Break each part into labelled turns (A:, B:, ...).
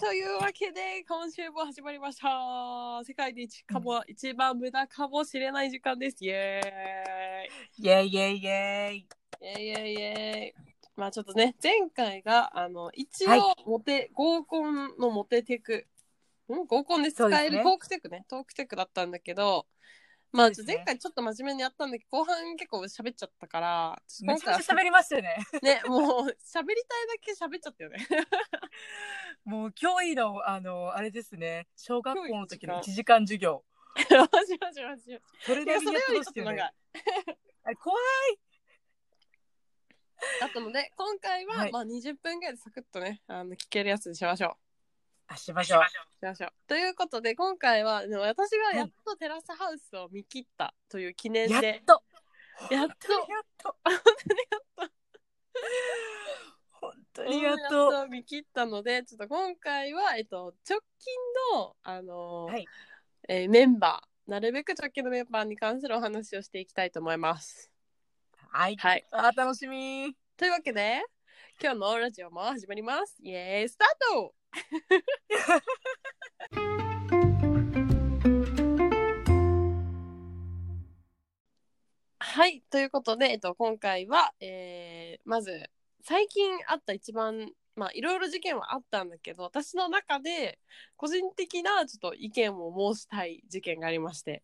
A: というわけで、今週も始まりました。世界で一かも、一番無駄かもしれない時間です。イェ
B: イェイイェイイェイ。
A: ーイイェイイェイイェイまあちょっとね、前回が、あの、一
B: はい
A: 応、モテ、合コンのモテテク、ん合コンで使
B: そう
A: える
B: ですね
A: トークテクね、トークテクだったんだけど、まあ
B: そうですね
A: 前回ちょっと真面目にやったんだけど、後半結構喋っちゃったから、ちょっ
B: め
A: と
B: ちゃ
A: 今
B: めちゃ喋りましたよね。
A: 回ね、もう喋りたいだけ喋っちゃったよね。
B: もう今日のあのあれですね。小学校の時の
A: 脅威の
B: 一時間授業。
A: マジマジマジ。い
B: それで
A: や、
B: み
A: そ
B: ん
A: れ
B: な
A: よりち
B: 過ご
A: ょ
B: し
A: っと
B: て
A: 長い
B: るね。。あれ怖い。
A: だったので今 回は、
B: はい
A: まあ20分ぐらいでサクッとねあの聞けるやつにしましょ
B: あしましょう。
A: うしましょうということで今回はあの私がやっとテラスハウスを見切ったという記念で、
B: やっ
A: やっ
B: と。
A: とやっ
B: やっと。 本当
A: と
B: にやっと。
A: 見切ったのでちょっと今回は、えっと、直近の、あのー
B: はい
A: えーメンバーなるべく直近のメンバーに関するお話をしていきたいと思います。
B: はい。
A: はい、
B: あ楽しみ。
A: というわけで今日のラジオも始まります。イエーイスタートはい、ということで、えっと、今回は、えーまず最近あった一番まあいろいろ事件はあったんだけど私の中で個人的なちょっと意見を申したい事件がありまして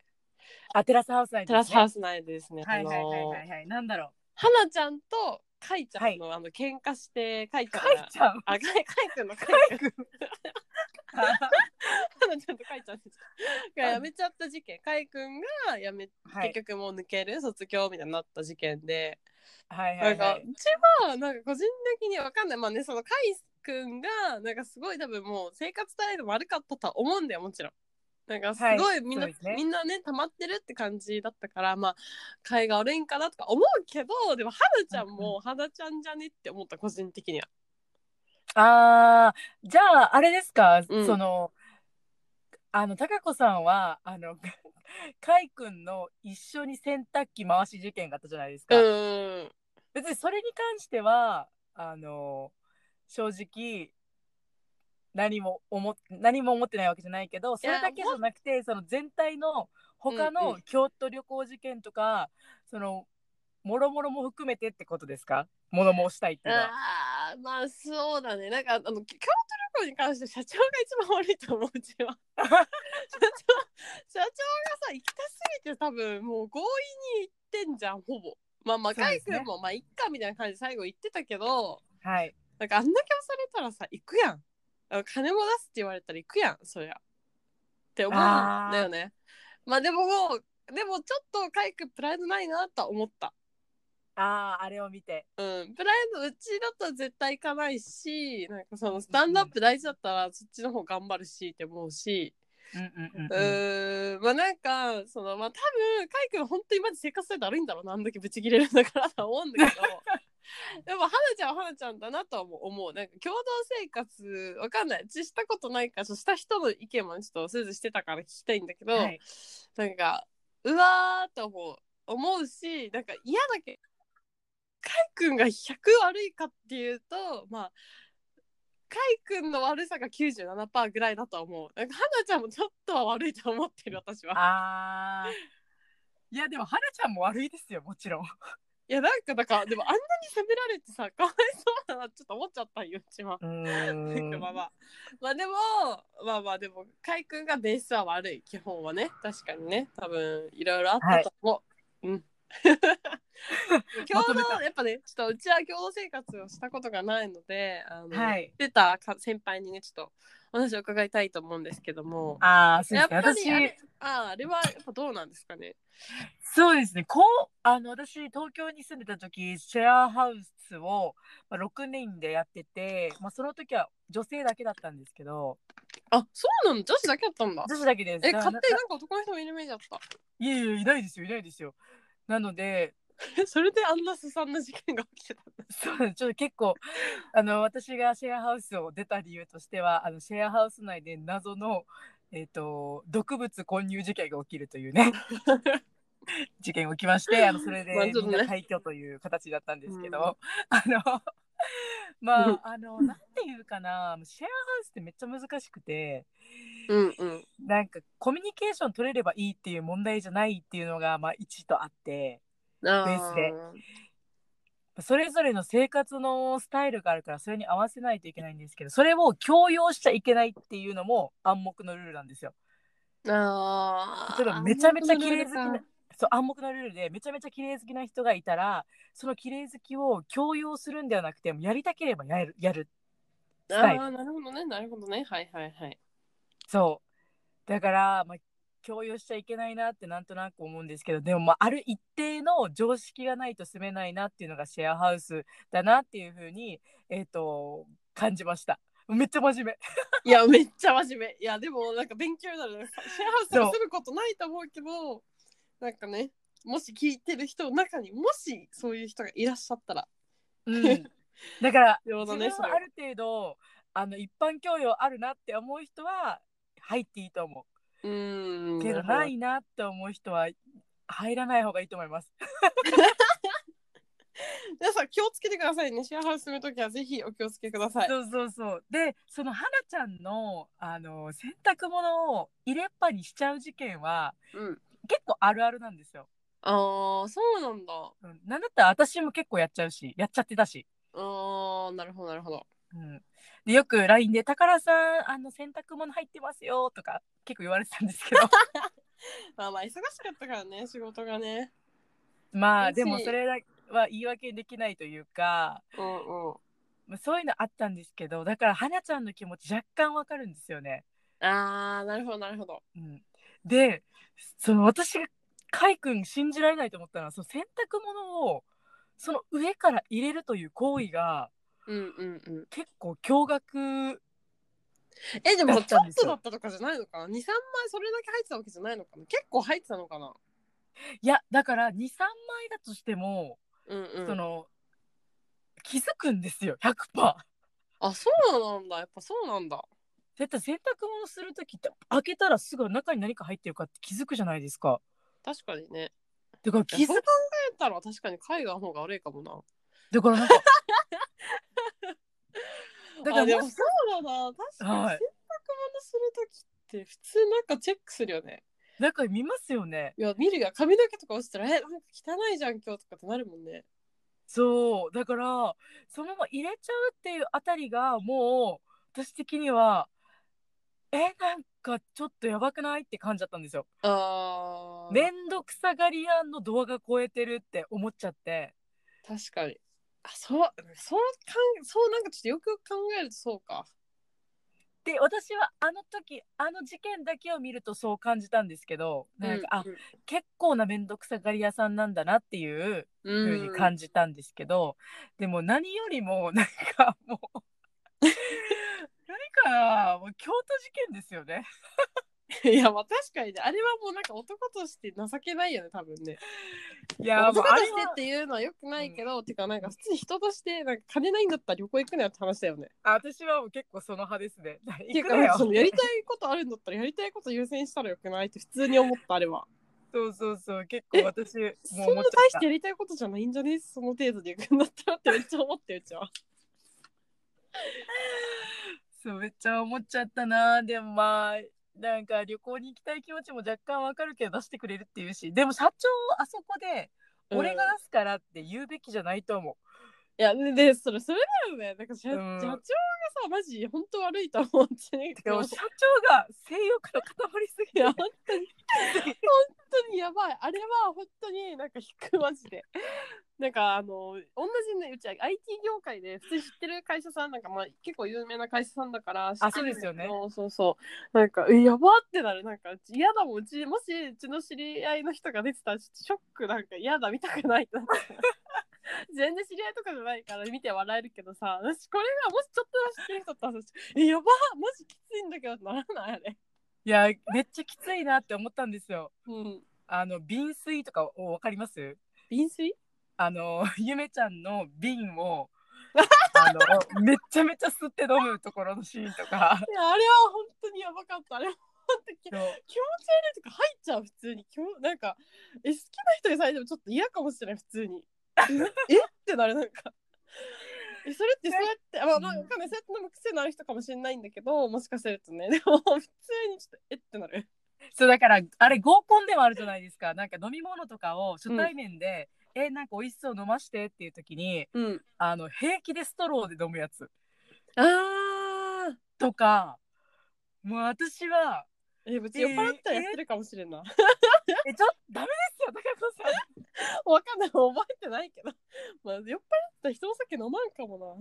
B: あテラスハウス内
A: テラスハウ
B: ス。
A: ス内でですね、
B: はいはいはい
A: あ
B: は
A: の
B: いはい。なんだろう。
A: 花ちゃんとかいちゃんの、あの喧嘩してかいちゃん
B: か
A: が
B: いちゃん。
A: あかいかいくんのかいくん花ちゃんとかいちゃんですが辞めちゃった事件かいくんが辞め、
B: はい
A: 結局もう抜ける卒業みたいになった事件で、
B: はいは
A: なん
B: い
A: か
B: は
A: う
B: い。
A: ちはなんか個人的にわかんないまあねそのかいくんがなんかすごい多分もう生活態度悪かったとは思うんだよもちろん。なんかすご
B: はい
A: みんな、
B: そうですね
A: みんなね溜まってるって感じだったからまあ会が悪いんかなとか思うけどでもはるちゃんもはなちゃんじゃねって思った個人的には。
B: ああ、じゃあ、あれですか、
A: うん
B: その、あの、貴子さんは、あの、 かいくんの一緒に洗濯機回し事件があったじゃないです
A: う
B: か。
A: ーん
B: 別にそれに関しては、あの、正直、何も思っ何も思ってないわけじゃないけどそれだけじゃなくてその全体の他
A: うんう
B: の
A: ん
B: 京都旅行事件とか、そのもろもろも含めてってことですかもろもしたいっていうのは。
A: あーまあそうだねなんかあの京都旅行に関して社長が一番悪いと思うう ちは社長社長がさ行きたすぎて多分もう強引に行ってんじゃんほぼまあまあ
B: そう
A: か
B: で
A: い
B: すね
A: くんも、まあいっかみたいな感じで最後言ってたけど
B: はい
A: なんかあんだけ押されたらさ行くやんあの金も出すって言われたら行くやんそりゃって思うんだよねまあでももうでもちょっとかいくんプライドないなとは思った
B: あああれを見て
A: うん、プライドうちだったら絶対行かないしなんかそのスタンドアップ大事だったらそっちの方頑張るしって思うし
B: うんうん
A: うーんまあなんかそのまあ多分かいくん本当にマジ生活態度悪いんだろうなあんだけブチ切れるんだからとは思うんだ けどでもはなちゃんははなちゃんだなとはもう思うなんか共同生活わかんないうちしたことないからそうした人の意見もちょっとすずしてたから聞きたいんだけど、
B: はい
A: なんかうわーと思う思うしなんか嫌だけどかいくんが100悪いかっていうとまあかいくんの悪さが97%ぐらいだと思うなんかはなちゃんもちょっとは悪いと思ってる私は
B: ああいやでもはなちゃんも悪いですよもちろん
A: いやなんかだからでもあんなに責められてさかわいそうだなってちょっと思っちゃったんようちは。なんかまあまあまあでもまあまあでもかいくんがベースは悪い基本はね確かにね多分いろいろあったと思う、うん共
B: まとめ
A: 同やっぱねちょっとうちは共同生活をしたことがないのであの、
B: はい
A: 出たか先輩にねちょっとお話を伺いたいと思うんですけども
B: ああそうで
A: やっ
B: すね
A: ぱ
B: 私
A: りあれああれはやっぱどうなんですかね
B: そうですねこうあの私東京に住んでた時シェアハウスを、まあ、6人でやってて、まあ、その時は女性だけだったんですけど
A: あそうなの女子だけだったんだ
B: 女子だけです
A: え
B: だ
A: 勝手に
B: な
A: なんか男の人もいるイメージだった
B: いやいやいないですよいないですよなので
A: それであんなすさんな事件が起き てたんだ
B: そうなんですちょっと結構あの私がシェアハウスを出た理由としてはあのシェアハウス内で謎の、えっと毒物混入事件が起きるというね 事件が起きましてあのそれで
A: まあちょっと
B: み
A: ね
B: んな退去という形だったんですけど、あのまあ、あの、なんていうかな、シェアハウスってめっちゃ難しくて、
A: うんうん
B: なんかコミュニケーション取れればいいっていう問題じゃないっていうのが、まあ、1とあって、
A: あ
B: ベースでそれぞれの生活のスタイルがあるから、それに合わせないといけないんですけど、それを強要しちゃいけないっていうのも暗黙のルールなんですよ。
A: あ
B: 例えば
A: ー
B: めちゃめちゃ綺麗好き
A: あー
B: なそう暗黙のルールでめちゃめちゃ綺麗好きな人がいたらその綺麗好きを強要するんではなくてもうやりたければやるやるスタイル
A: あーなるほどねなるほどねはいはいはい
B: そうだから、まあ、強要しちゃいけないなってなんとなく思うんですけどでも、まあ、ある一定の常識がないと住めないなっていうのがシェアハウスだなっていうふうに、えー、と感じましためっちゃ真面目
A: いやめっちゃ真面目いやでもなんか勉強になるシェアハウスをすることないと思うけどなんかねもし聞いてる人の中にもしそういう人がいらっしゃったら
B: うん、だから
A: なるほど
B: 自分
A: ねそれ
B: は
A: は
B: ある程度あの一般教養あるなって思う人は入っていいと思
A: うーん
B: うけどないなって思う人は入らない方がいいと思います。
A: 皆さん気をつけてくださいねシェアハウスするときはぜひお気をつけください
B: そうそうそうでその花ちゃんのあの洗濯物を入れっぱにしちゃう事件は
A: うん
B: 結構あるあるなんですよ。
A: あーそうなんだ
B: うん、なんだったら私も結構やっちゃうしやっちゃってたし。
A: あーなるほどなるほど
B: うん、でよく LINE で「宝さんあの洗濯物入ってますよ」とか結構言われてたんですけど
A: まあまあ忙しかったからね仕事がね
B: まあ
A: 嬉し
B: で
A: い
B: もそれは言い訳にできないというか
A: うんうん
B: まあ、そういうのあったんですけどだから花ちゃんの気持ち若干わかるんですよね。
A: あーなるほどなるほど
B: うん、でその私がかいくん信じられないと思ったのはその洗濯物をその上から入れるという行為が
A: うんうんうん
B: 結構驚愕
A: えでも
B: だ
A: さ
B: っ
A: ちょ
B: たん
A: っ
B: です
A: と
B: よ
A: だったとかじゃないのかな23枚それだけ入ってたわけじゃないのかな結構入ってたのかない
B: やだから23枚だとしても、
A: うんうん
B: その気づくんですよ100%。
A: あそうなんだやっぱそうなんだ
B: 絶対洗濯物する時って開けたらすぐ中に何か入ってるかって気づくじゃないですか。
A: 確かにね
B: だから
A: い
B: 気
A: や
B: づ
A: そう
B: く
A: 考えたら確かに海外の方が悪いかもな
B: だからなんか
A: だ
B: だ
A: か
B: からら
A: で
B: も
A: も
B: し
A: そうだな確かに洗濯物
B: はい
A: する時って普通なんかチェックするよね
B: なんか見ますよね。
A: いや見るや髪の毛とか落ちたらえなんか汚いじゃん今日とかってなるもんね
B: そうだからそのまま入れちゃうっていうあたりがもう私的にはえなんかちょっとやばくないって感じだったんですよ。
A: あー
B: めんどくさがり屋の動画超えてるって思っちゃって
A: 確かにあそうそうかんそうなんかちょっとよくよく考えるとそうか
B: で私はあの時あの事件だけを見るとそう感じたんですけどなんか、あ
A: うん
B: 結構なめんどくさがり屋さんなんだなっていう
A: うん
B: ふうに感じたんですけど、でも何よりも なんかもう何かなもう京都事件ですよね。
A: いやまあ確かにねあれはもうなんか男として情けないよね多分ね
B: いやもう
A: 男
B: あ
A: と
B: れ
A: して
B: は
A: っていうのはよくないけど、てかなんか普通に人としてなんか金ないんだったら旅行行くなよって話だよね
B: あ私はもう結構その派で すね。
A: ってい
B: 行
A: う
B: く
A: か
B: なよ。
A: そのやりたいことあるんだったらやりたいこと優先したらよくないって普通に思ったあれは
B: そうそうそう結構私
A: そ
B: もうん思
A: な
B: っ
A: 大
B: ちゃっ
A: したて。やりたいことじゃないんじゃねその程度で行くんだったらってめっちゃ思ってうちは
B: そうめっちゃ思っちゃったなでもまあなんか旅行に行きたい気持ちも若干わかるけど出してくれるっていうしでも社長をあそこで俺が出すからって言うべきじゃないと思う。
A: いやででそれそれだよねなんか社,、
B: うん
A: 社長がさマジ本当悪いと思ってね
B: でも
A: 本
B: 社長が性欲の塊すぎ
A: い
B: て
A: や当にやばいあれは本当になんか引くマジでなんかあの同じねうち IT 業界で普通に知ってる会社さんなんかまあ結構有名な会社さんだから知ってるんだけど
B: そうですよね
A: そうそうそうなんかえやばってなるなんかうち嫌だもんうちもしうちの知り合いの人が出てたらちょっとショックなんか嫌だ見たくないってなっ ちゃう全然知り合いとかじゃないから見て笑えるけどさ私これがもしちょっとでも知ってる人だったら私えやばマジきついんだけどってならないあれ
B: いやめっちゃきついなって思ったんですよ
A: うん
B: あの瓶水とかを分かります
A: 瓶水
B: あの ゆめちゃんの瓶 をあのめっちゃめちゃ吸って飲むところのシーンとか
A: いやあれは本当にやばかったあれは本当に気持ち悪
B: そう
A: いとか入っちゃう普通にきょなんかえ好き な人にされてもちょっと嫌かもしれない普通にええってなるなんかえそれってそうやって、あまあ、まあ、わかんない、そうやって飲む癖のある人かもしれないんだけど、もしかするとね、でも、普通にちょっと、えってなる。
B: そうだからあれ合コンでもあるじゃないですかなんか飲み物とかを初対面で、えなんか美味しそう飲ましてっていう時に
A: うん。
B: あの平気でストローで飲むやつ
A: ああ。
B: とかもう私は
A: え、別に酔っ払ったらやってるかもしれんない。
B: えちょっとダメですよ高子さん
A: わかんない、覚えてないけど。まあ、酔っ払ったら人の酒飲まんかもな。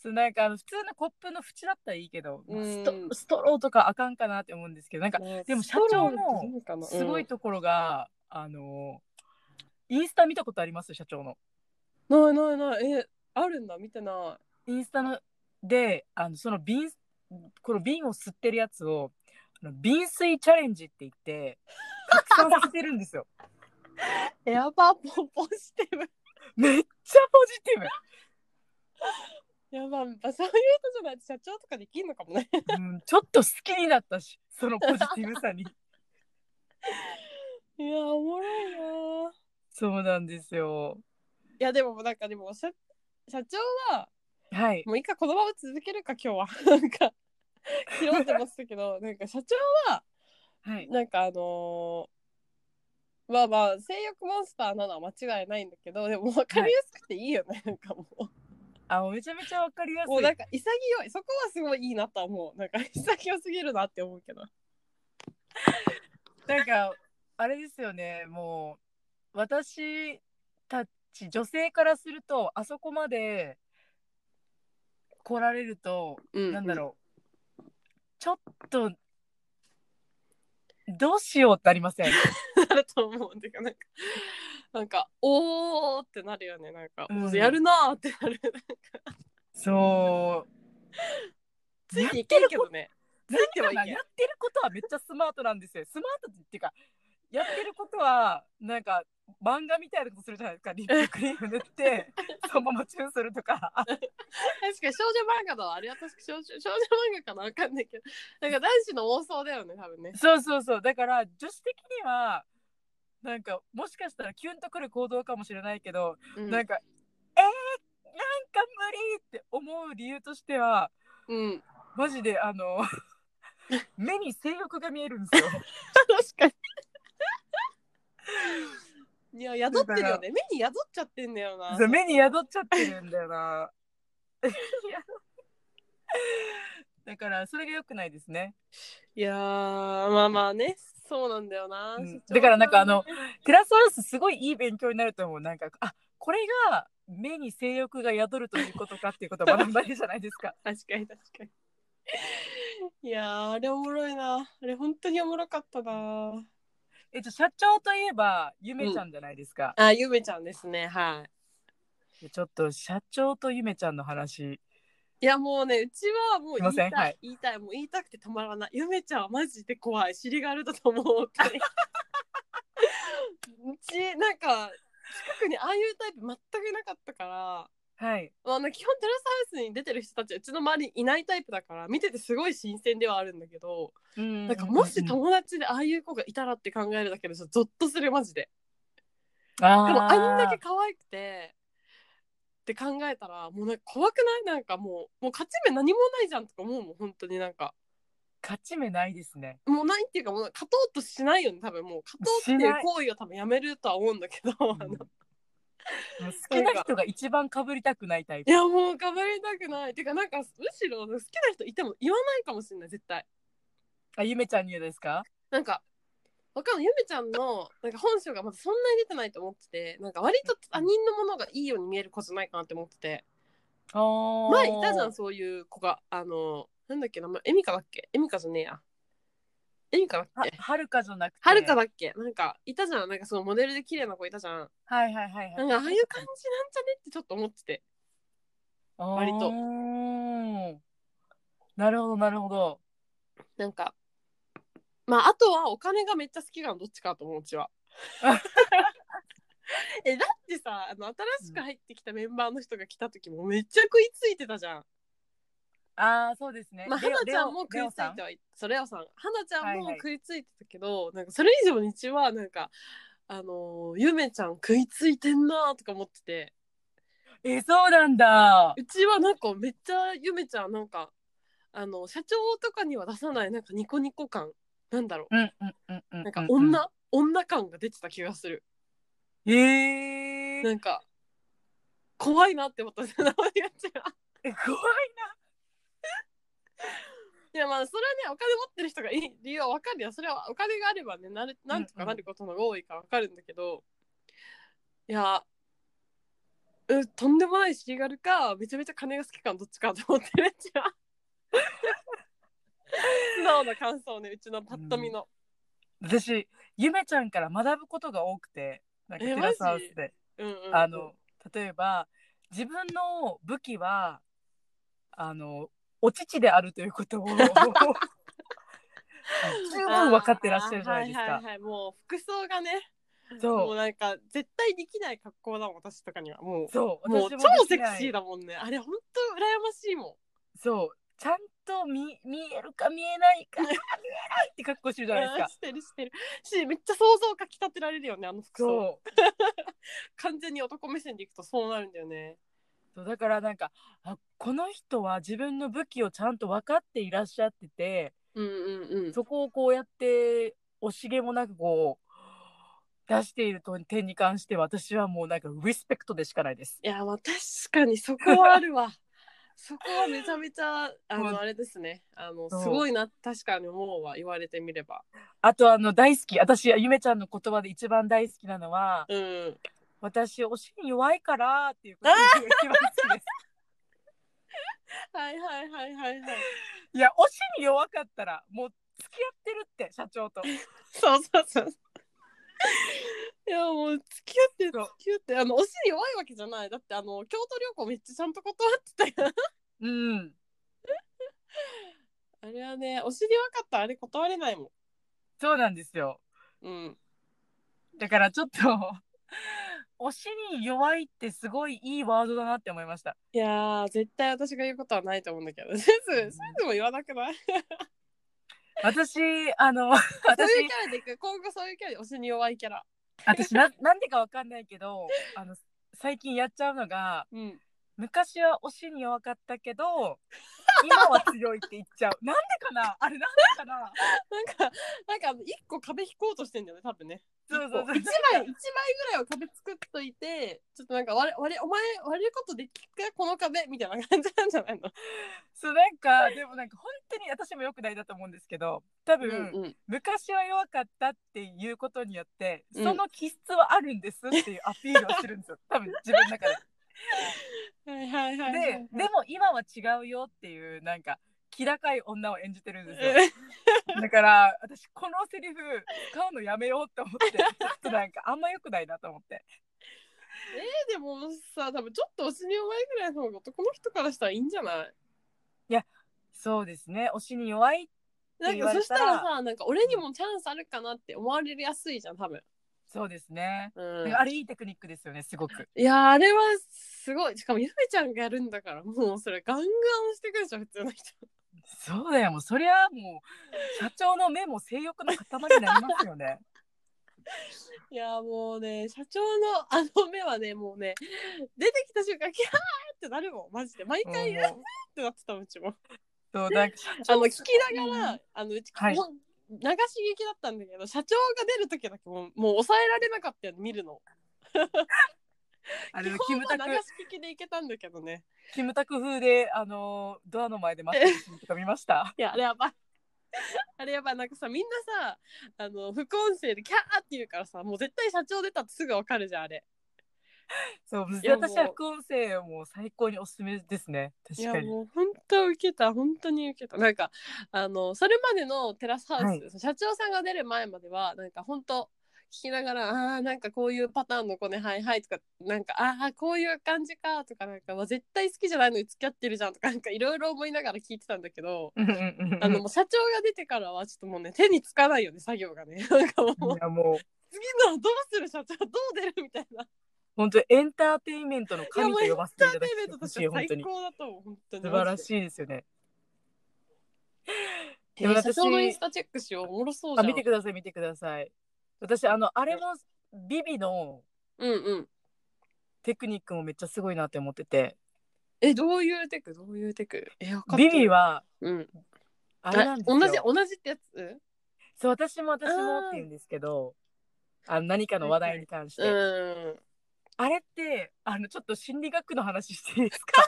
B: そうなんかあの普通のコップの縁だったらいいけど、まあスト
A: うん
B: ストローとかあかんかなって思うんですけどなんか
A: ね
B: でも
A: ストロー
B: 社長の
A: っていいかな
B: すごい
A: うん
B: ところが、あのインスタ見たことあります社長の
A: ないないない。え、あるんだ、見てな
B: インスタのであのその瓶この瓶を吸ってるやつをあの瓶水チャレンジって言って拡散させてるんで すよ
A: い。エアバーポンポンしてる。
B: めっちゃポジティブ
A: やば、まあ、そういう人じゃないと社長とかできんのかもね。
B: うん、ちょっと好きになったしそのポジティブ さに
A: いや、おもろいな。
B: そうなんですよ
A: いや、でも、なんか、でも、社社長は、
B: はい
A: もう一回このまま続けるか、今日は。 なんか、拾ってますけど、 なんか、社長
B: はい
A: なんかあのーまあまあ性欲モンスターなのは間違いないんだけどでも分かりやすくていいよね、なんかも
B: あもうめちゃめちゃわかりや
A: う
B: す
A: もう
B: い
A: なんか潔いそこはすごいいいなとは思うなんか潔すぎるなって思うけど
B: なんかあれですよねもう私たち女性からするとあそこまで来られると、
A: うん
B: なんだろうちょっとどうしようってありません、
A: うなると思うんだけどなんかなんかおーってなるよねなんか、
B: うん
A: やるなーってなる
B: そう
A: ついていけるけどねついて
B: や
A: は
B: っ
A: い
B: て
A: けん
B: ることはめっちゃスマートなんですよスマートっていうかやってることはなんか漫画みたいなことするじゃないですかリップクリーム塗ってそのままチューするとか
A: 確かに少女漫画だわあれは確か少女少女漫画かなわかんないけどなんか男子の妄想だよね多分ね
B: そうそうそうだから女子的にはなんかもしかしたらキュンとくる行動かもしれないけど、
A: うん
B: なんかえー、なんか無理って思う理由としては
A: うん
B: マジであ の目に性欲が見えるんですよ。
A: 確かに いや宿ってる
B: だ
A: よ
B: か
A: ね目に宿っちゃってんだよな
B: そう目に宿っちゃってるんだ よな。だからそれが良くないですね。
A: いやーまあまあねそうなんだよな、
B: うん
A: 社長
B: だからなんかあのテラスハウスすごいいい勉強になると思う。なんかあこれが目に性欲が宿るということかっていうことを学んだりじゃないですか。
A: 確かに確かにいやーあれおもろいなあれ本当におもろかったな
B: えっと、社長といえばゆめちゃんじゃないですか、
A: あゆめちゃんですねはい
B: でちょっと社長とゆめちゃんの話
A: いやもうねうちはもう言い
B: すいませ
A: た
B: ん
A: い
B: はい
A: 言いたいもう言いたくてたまらないゆめちゃんはマジで怖い尻があるだと思う本当に うちなんか近くにああいうタイプ全くいなかったから
B: はい
A: まああの基本テラスハウスに出てる人たちうちの周りにいないタイプだから見ててすごい新鮮ではあるんだけど
B: な
A: なんかもし友達でああいう子がいたらって考えるだけでちょっとゾッとするマジで
B: あ
A: で
B: ー
A: もあんだけ可愛くてって考えたらもうなんか怖くないなんかもうもう勝ち目何もないじゃんとか思うもん本当になんか
B: 勝ち目ないですね
A: もうないっていうかもう勝とうとしないよね多分もう勝とうって
B: し
A: いう
B: ない
A: 行為を多分やめるとは思うんだけど、あ
B: う ん
A: の
B: もう好きな人が一番かぶりたくないタイ
A: い
B: プ
A: やもうかぶりたくないてかなんかむしろ好きな人いても言わないかもしれない絶対。
B: あゆめちゃんにですか
A: なんか、わかんない。ゆめちゃんの、なんか本性がまだそんなに出てないと思ってて、なんか割と他人のものがいいように見える子じゃないかなって思ってて、前
B: 前
A: いたじゃん、そういう子が。あの、なんだっけ、名前、エミカだっけエミカじゃねえや。エミカだっ
B: は
A: け
B: はるかじゃなくて
A: はるかだっけなんか、いたじゃん。なんかそのモデルで綺麗な子いたじゃん。
B: はいはいはい
A: なんか、ああいう感じなんじゃねってちょっと思ってて。割と
B: となるほどなるほど
A: なんか、まあ、あとはお金がめっちゃ好きなのどっちかと思う、うち は。え、だってさ、あの、新しく入ってきたメンバーの人が来た時もめっちゃ食いついてたじゃん。
B: ああそうですね
A: まあ、
B: レ
A: 花
B: オ
A: ちゃんも食
B: レ
A: い
B: オ
A: ついてはいそう、レオさん。花ちゃん
B: はい
A: も
B: はい
A: 食いついてたけど、なんかそれ以上にうちは、なんか、あのーゆめちゃん食いついてんなーとか思ってて。
B: えそうなんだ
A: うちはなんかめっちゃゆめちゃんなんかあの社長とかには出さないなんかニコニコ感なんだろ
B: うんうんうんうん
A: うなんか女、女感が出てた気がする
B: ええ
A: なんか怖いなって思ったん ですよ名前が違う
B: え怖い
A: いやまあそれはねお金持ってる人がいい理由はわかるよそれはお金があればねなるなんとかなることの方が多いからわかるんだけど、いやうとんでもないシーガルかめちゃめちゃ金が好きかのどっちかと思ってるじゃん 素直な感想ねうちのパッと見の、
B: 私ゆめちゃんから学ぶことが多くてなんか
A: え
B: テラスハウ
A: マジ
B: スで
A: うんうんうん
B: あの例えば自分の武器はあのお乳であるということ を十分分かってらっしゃるじゃないです
A: あーはいは
B: か
A: い。はい、もう服装がねも
B: そうう
A: なんか絶対できない格好だもん私とかにはもう
B: そう
A: もう
B: 私
A: 超
B: で
A: セク
B: きない
A: シーだもんねあれほんと羨ましいもん
B: そうちゃんと見見えるか見えない か見えないって格好してるじゃないで
A: あー
B: すか。
A: してるしてるしめっちゃ想像かきたてられるよねあの服装
B: そう
A: 完全に男目線でいくとそうなるんだよね
B: そうだからなんかあこの人は自分の武器をちゃんと分かっていらっしゃってて
A: うんうんうん
B: そこをこうやって惜しげもなくこう出している点に関しては私はもうなんかリスペクトでしかないです。
A: いやまあ確かにそこはあるわ そこはめちゃめちゃあ
B: もう
A: のあれですねあのす
B: そう
A: ごいな確かに思うわ言われてみれば
B: あとあの大好き私ゆめちゃんの言葉で一番大好きなのは
A: うん
B: 「私お尻弱いから」っていうことが一番好きです。
A: はいはいはいはいはい
B: いやお尻弱かったらもう付き合ってるって社長と。
A: そうそうそう。いやもう付き合って付き合ってあのお尻弱いわけじゃないだってあの京都旅行めっちゃちゃんと断ってたよ
B: うん
A: あれはねお尻弱かったらあれ断れないも
B: そうなんですよ。
A: んうん
B: だからちょっとお尻弱いってすごいいいワードだなって思いました。
A: いやー絶対私が言うことはないと思うんだけ どすぐすぐも言わなくない
B: 私あの
A: そう
B: 私
A: いうキャラでいく今後そういうキャラでお尻弱いキャラ
B: 私ななんでかわかんないけどあの最近やっちゃうのが
A: うん
B: 昔は推しに弱かったけど今は強いって言っちゃうなんでかなあれなんでかな
A: なんかなんかあの一個壁引こうとしてんだよね多分ね
B: そうそうそう
A: 一枚一枚ぐらいを壁作っといてちょっとなんか我我お前悪いことできっかこの壁みたいな感じなんじゃないの
B: そうなんかでもなんか本当に私もよくないだと思うんですけど多分、
A: うんうん、
B: 昔は弱かったっていうことによって
A: うん
B: その気質はあるんですっていうアピールをしてるんですよ多分自分の中
A: は
B: で。
A: いはいはいはいはい
B: ででも今は違うよっていうなんか気高い女を演じてるんですよ。だから私このセリフ使うのやめようって思 ってちょっとなんかあんま良くないなと思って
A: でもさ多分ちょっとお尻弱いぐらいの方が男の人からしたらいいんじゃない
B: そうですね推しに弱い
A: なん
B: 言わ
A: か
B: れ
A: そした
B: たら
A: らさなんか俺にもチャンスあるかなって思われやすいじゃん多分、
B: そうですね、
A: うん、
B: あれいいテクニックですよねすごく
A: いやーあれはすごいしかもゆめちゃんがやるんだからもうそれガンガン押してくるでしょ普通の人
B: そうだよもうそりゃもう社長の目も性欲の塊になります よね
A: いやーもうね社長のあの目はねもうね出てきた瞬間キャーってなるもんマジで毎回うーっ
B: もう
A: てなってたもんうちも
B: そうなんか社
A: あ
B: 長
A: の聞きながら、あのうち、
B: はい
A: もう流し聞きだったんだけど社長が出る時だけもうもう抑えられなかったよね見るの
B: あ
A: 基
B: れキ
A: 本
B: ム
A: は
B: タ
A: 流
B: ク
A: し聞きでいけたんだけどね
B: キムタク風であのドアの前で待ってるシーンとか見ました
A: いやあれやばい あれやばいなんかさみんなさあの副音声でキャーって言うからさもう絶対社長出たってすぐわかるじゃんあれ
B: そう
A: いやもう
B: 私は副音声をもう最高におすすめですね
A: い
B: 確
A: や
B: かに
A: もう本当受けた本当に受けたなんかあのそれまでのテラスハウス、
B: はい
A: 社長さんが出る前まではなんか本当聞きながら「あーなんかこういうパターンの子ねはいはい」とか「なんかああこういう感じか」とかなんか「わ絶対好きじゃないのに付き合ってるじゃん」とかなんかいろいろ思いながら聞いてたんだけど。
B: うんうんうん
A: あのもう社長が出てからはちょっともうね手につかないよね作業がね なんかもう
B: いやもう
A: 次のどうする社長どう出るみたいな
B: 本当エンターテインメントの神と呼ばせていただ
A: デ
B: き
A: イベントと
B: ほ
A: し
B: しい
A: て
B: 本
A: 最
B: 当に
A: 高だと思う本当に
B: 素晴らしいですよね。
A: え
B: で
A: ー、
B: も
A: 社
B: 私
A: 長のインスタチェックしようおもろそうじ
B: あ
A: ゃん
B: 見てください見てください。私あのあれもビビの
A: うんうん。
B: テクニックもめっちゃすごいなって思ってて
A: えどういうテクどういうテクえ分かって
B: ビ
A: る
B: ビは
A: うん
B: あれなんですよ
A: 同じ同じってやつ
B: そう私も私
A: あ
B: も
A: ー
B: って言うんですけどあの何かの話題に関して、
A: うん
B: あれってあのちょっと心理学の話していいです か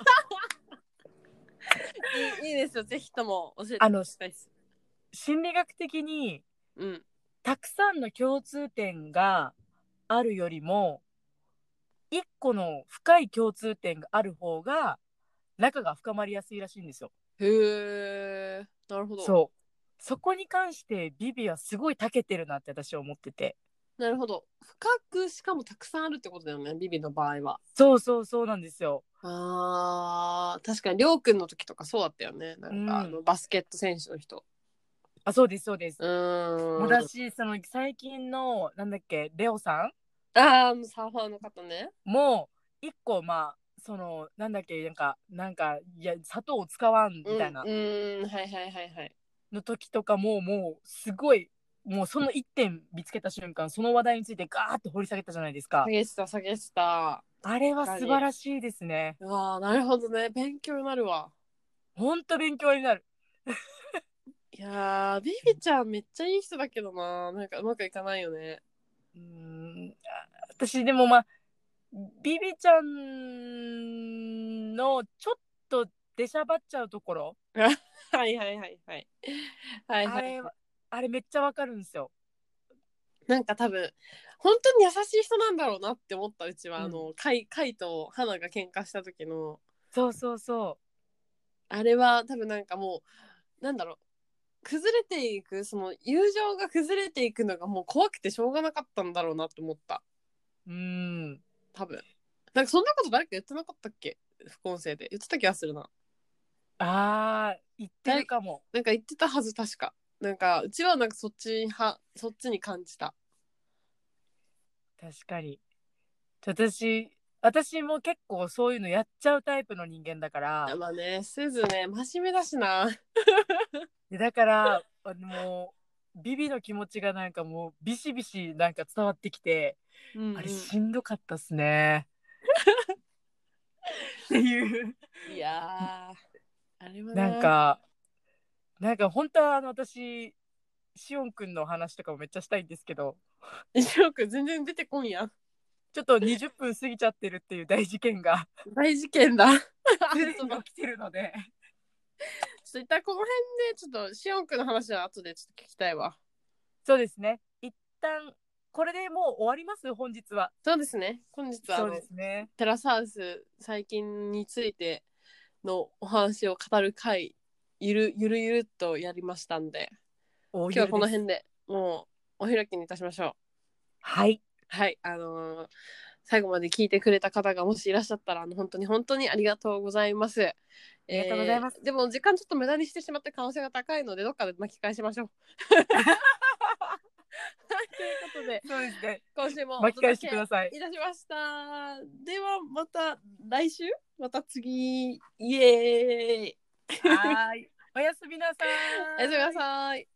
A: いいいいですよぜひとも教えて
B: あの
A: ほしいです
B: 心理学的に
A: うん
B: たくさんの共通点があるよりも一個の深い共通点がある方が仲が深まりやすいらしいんですよ。
A: へえなるほど
B: そうそこに関してビビはすごい長けてるなって私は思ってて
A: なるほど深くしかもたくさんあるってことだよねビビの場合は
B: そうそうそうなんですよ。
A: あー確かにりょうくんの時とかそうだったよねなんか、
B: うん
A: あのバスケット選手の人
B: あそうですそうです。
A: うーん
B: 私その最近のなんだっけレオさん
A: あーサーファーの方ね
B: も一個まあそのなんだっけなんかなんかいや砂糖を使わんみたいな
A: うんうーんはいはいはいはい
B: の時とかも、もうすごいもうその一点見つけた瞬間その話題についてガーッと掘り下げたじゃないですか
A: 下。げてた下げてた
B: あれは素晴らしいですね。
A: うわーなるほどね勉強になるわ
B: ほんと勉強になる。
A: いやービビちゃんめっちゃいい人だけどななんかうまくいかないよね
B: うーんあ私でもまあビビちゃんのちょっと出しゃばっちゃうところ
A: はいはいはいはいはい
B: あ
A: はい
B: れあれめっちゃわかるんですよ。
A: なんか多分本当に優しい人なんだろうなって思ったうちは、
B: うん
A: あのカイカイと花が喧嘩した時の
B: そうそうそ
A: あれは多分なんかもうなんだろう崩れていくその友情が崩れていくのがもう怖くてしょうがなかったんだろうなって思った
B: う。うん。
A: 多分なんかそんなこと誰か言ってなかったっけ副音声で言ってた気がするな
B: ああ、言ってるかも。
A: なんか言ってたはず確かなんかうちはなんかそっちはそっちに感じた
B: 確かに。私、私も結構そういうのやっちゃうタイプの人間だから、
A: まあねすずね真面目だしな
B: でだから、あのもう、ビビの気持ちがなんかもう、ビシビシなんか伝わってきて、あれしんどかったっすね。っていう、
A: いやーあれは
B: なんか、なんか本当はあの私、しおんくんの話とかもめっちゃしたいんですけど、
A: 西尾くん全然出てこんやん
B: ちょっと20分過ぎちゃってるっていう大事件が。
A: 大事件だ
B: 常 に
A: そうだ
B: 起きてるので
A: ちょっと一旦この辺でちょっとしおんくんの話は後でちょっと聞きたいわ
B: そうですね一旦これでもう終わります本日は
A: そうですね本日はあ
B: そう
A: の
B: ですね
A: テラスハウス最近についてのお話を語る回ゆるゆるゆるっとやりましたんで
B: 今
A: 今日はこの辺でもうお開きにいたしましょう
B: はい
A: はい、あのー最後まで聞いてくれた方がもしいらっしゃったら、あの本当に本当にありがとうございます。あ
B: りがとうございます。
A: でも時間ちょっと無駄にしてしまった可能性が高いので、どっかで巻き返しま しょう。はい、ということで、
B: そうですね
A: 今週もお
B: 巻き返して
A: 届
B: く
A: け
B: ださい
A: いたしました。ではまた来週、また次、イエーイ。
B: はいおやすみなさーい
A: おやすみなさい。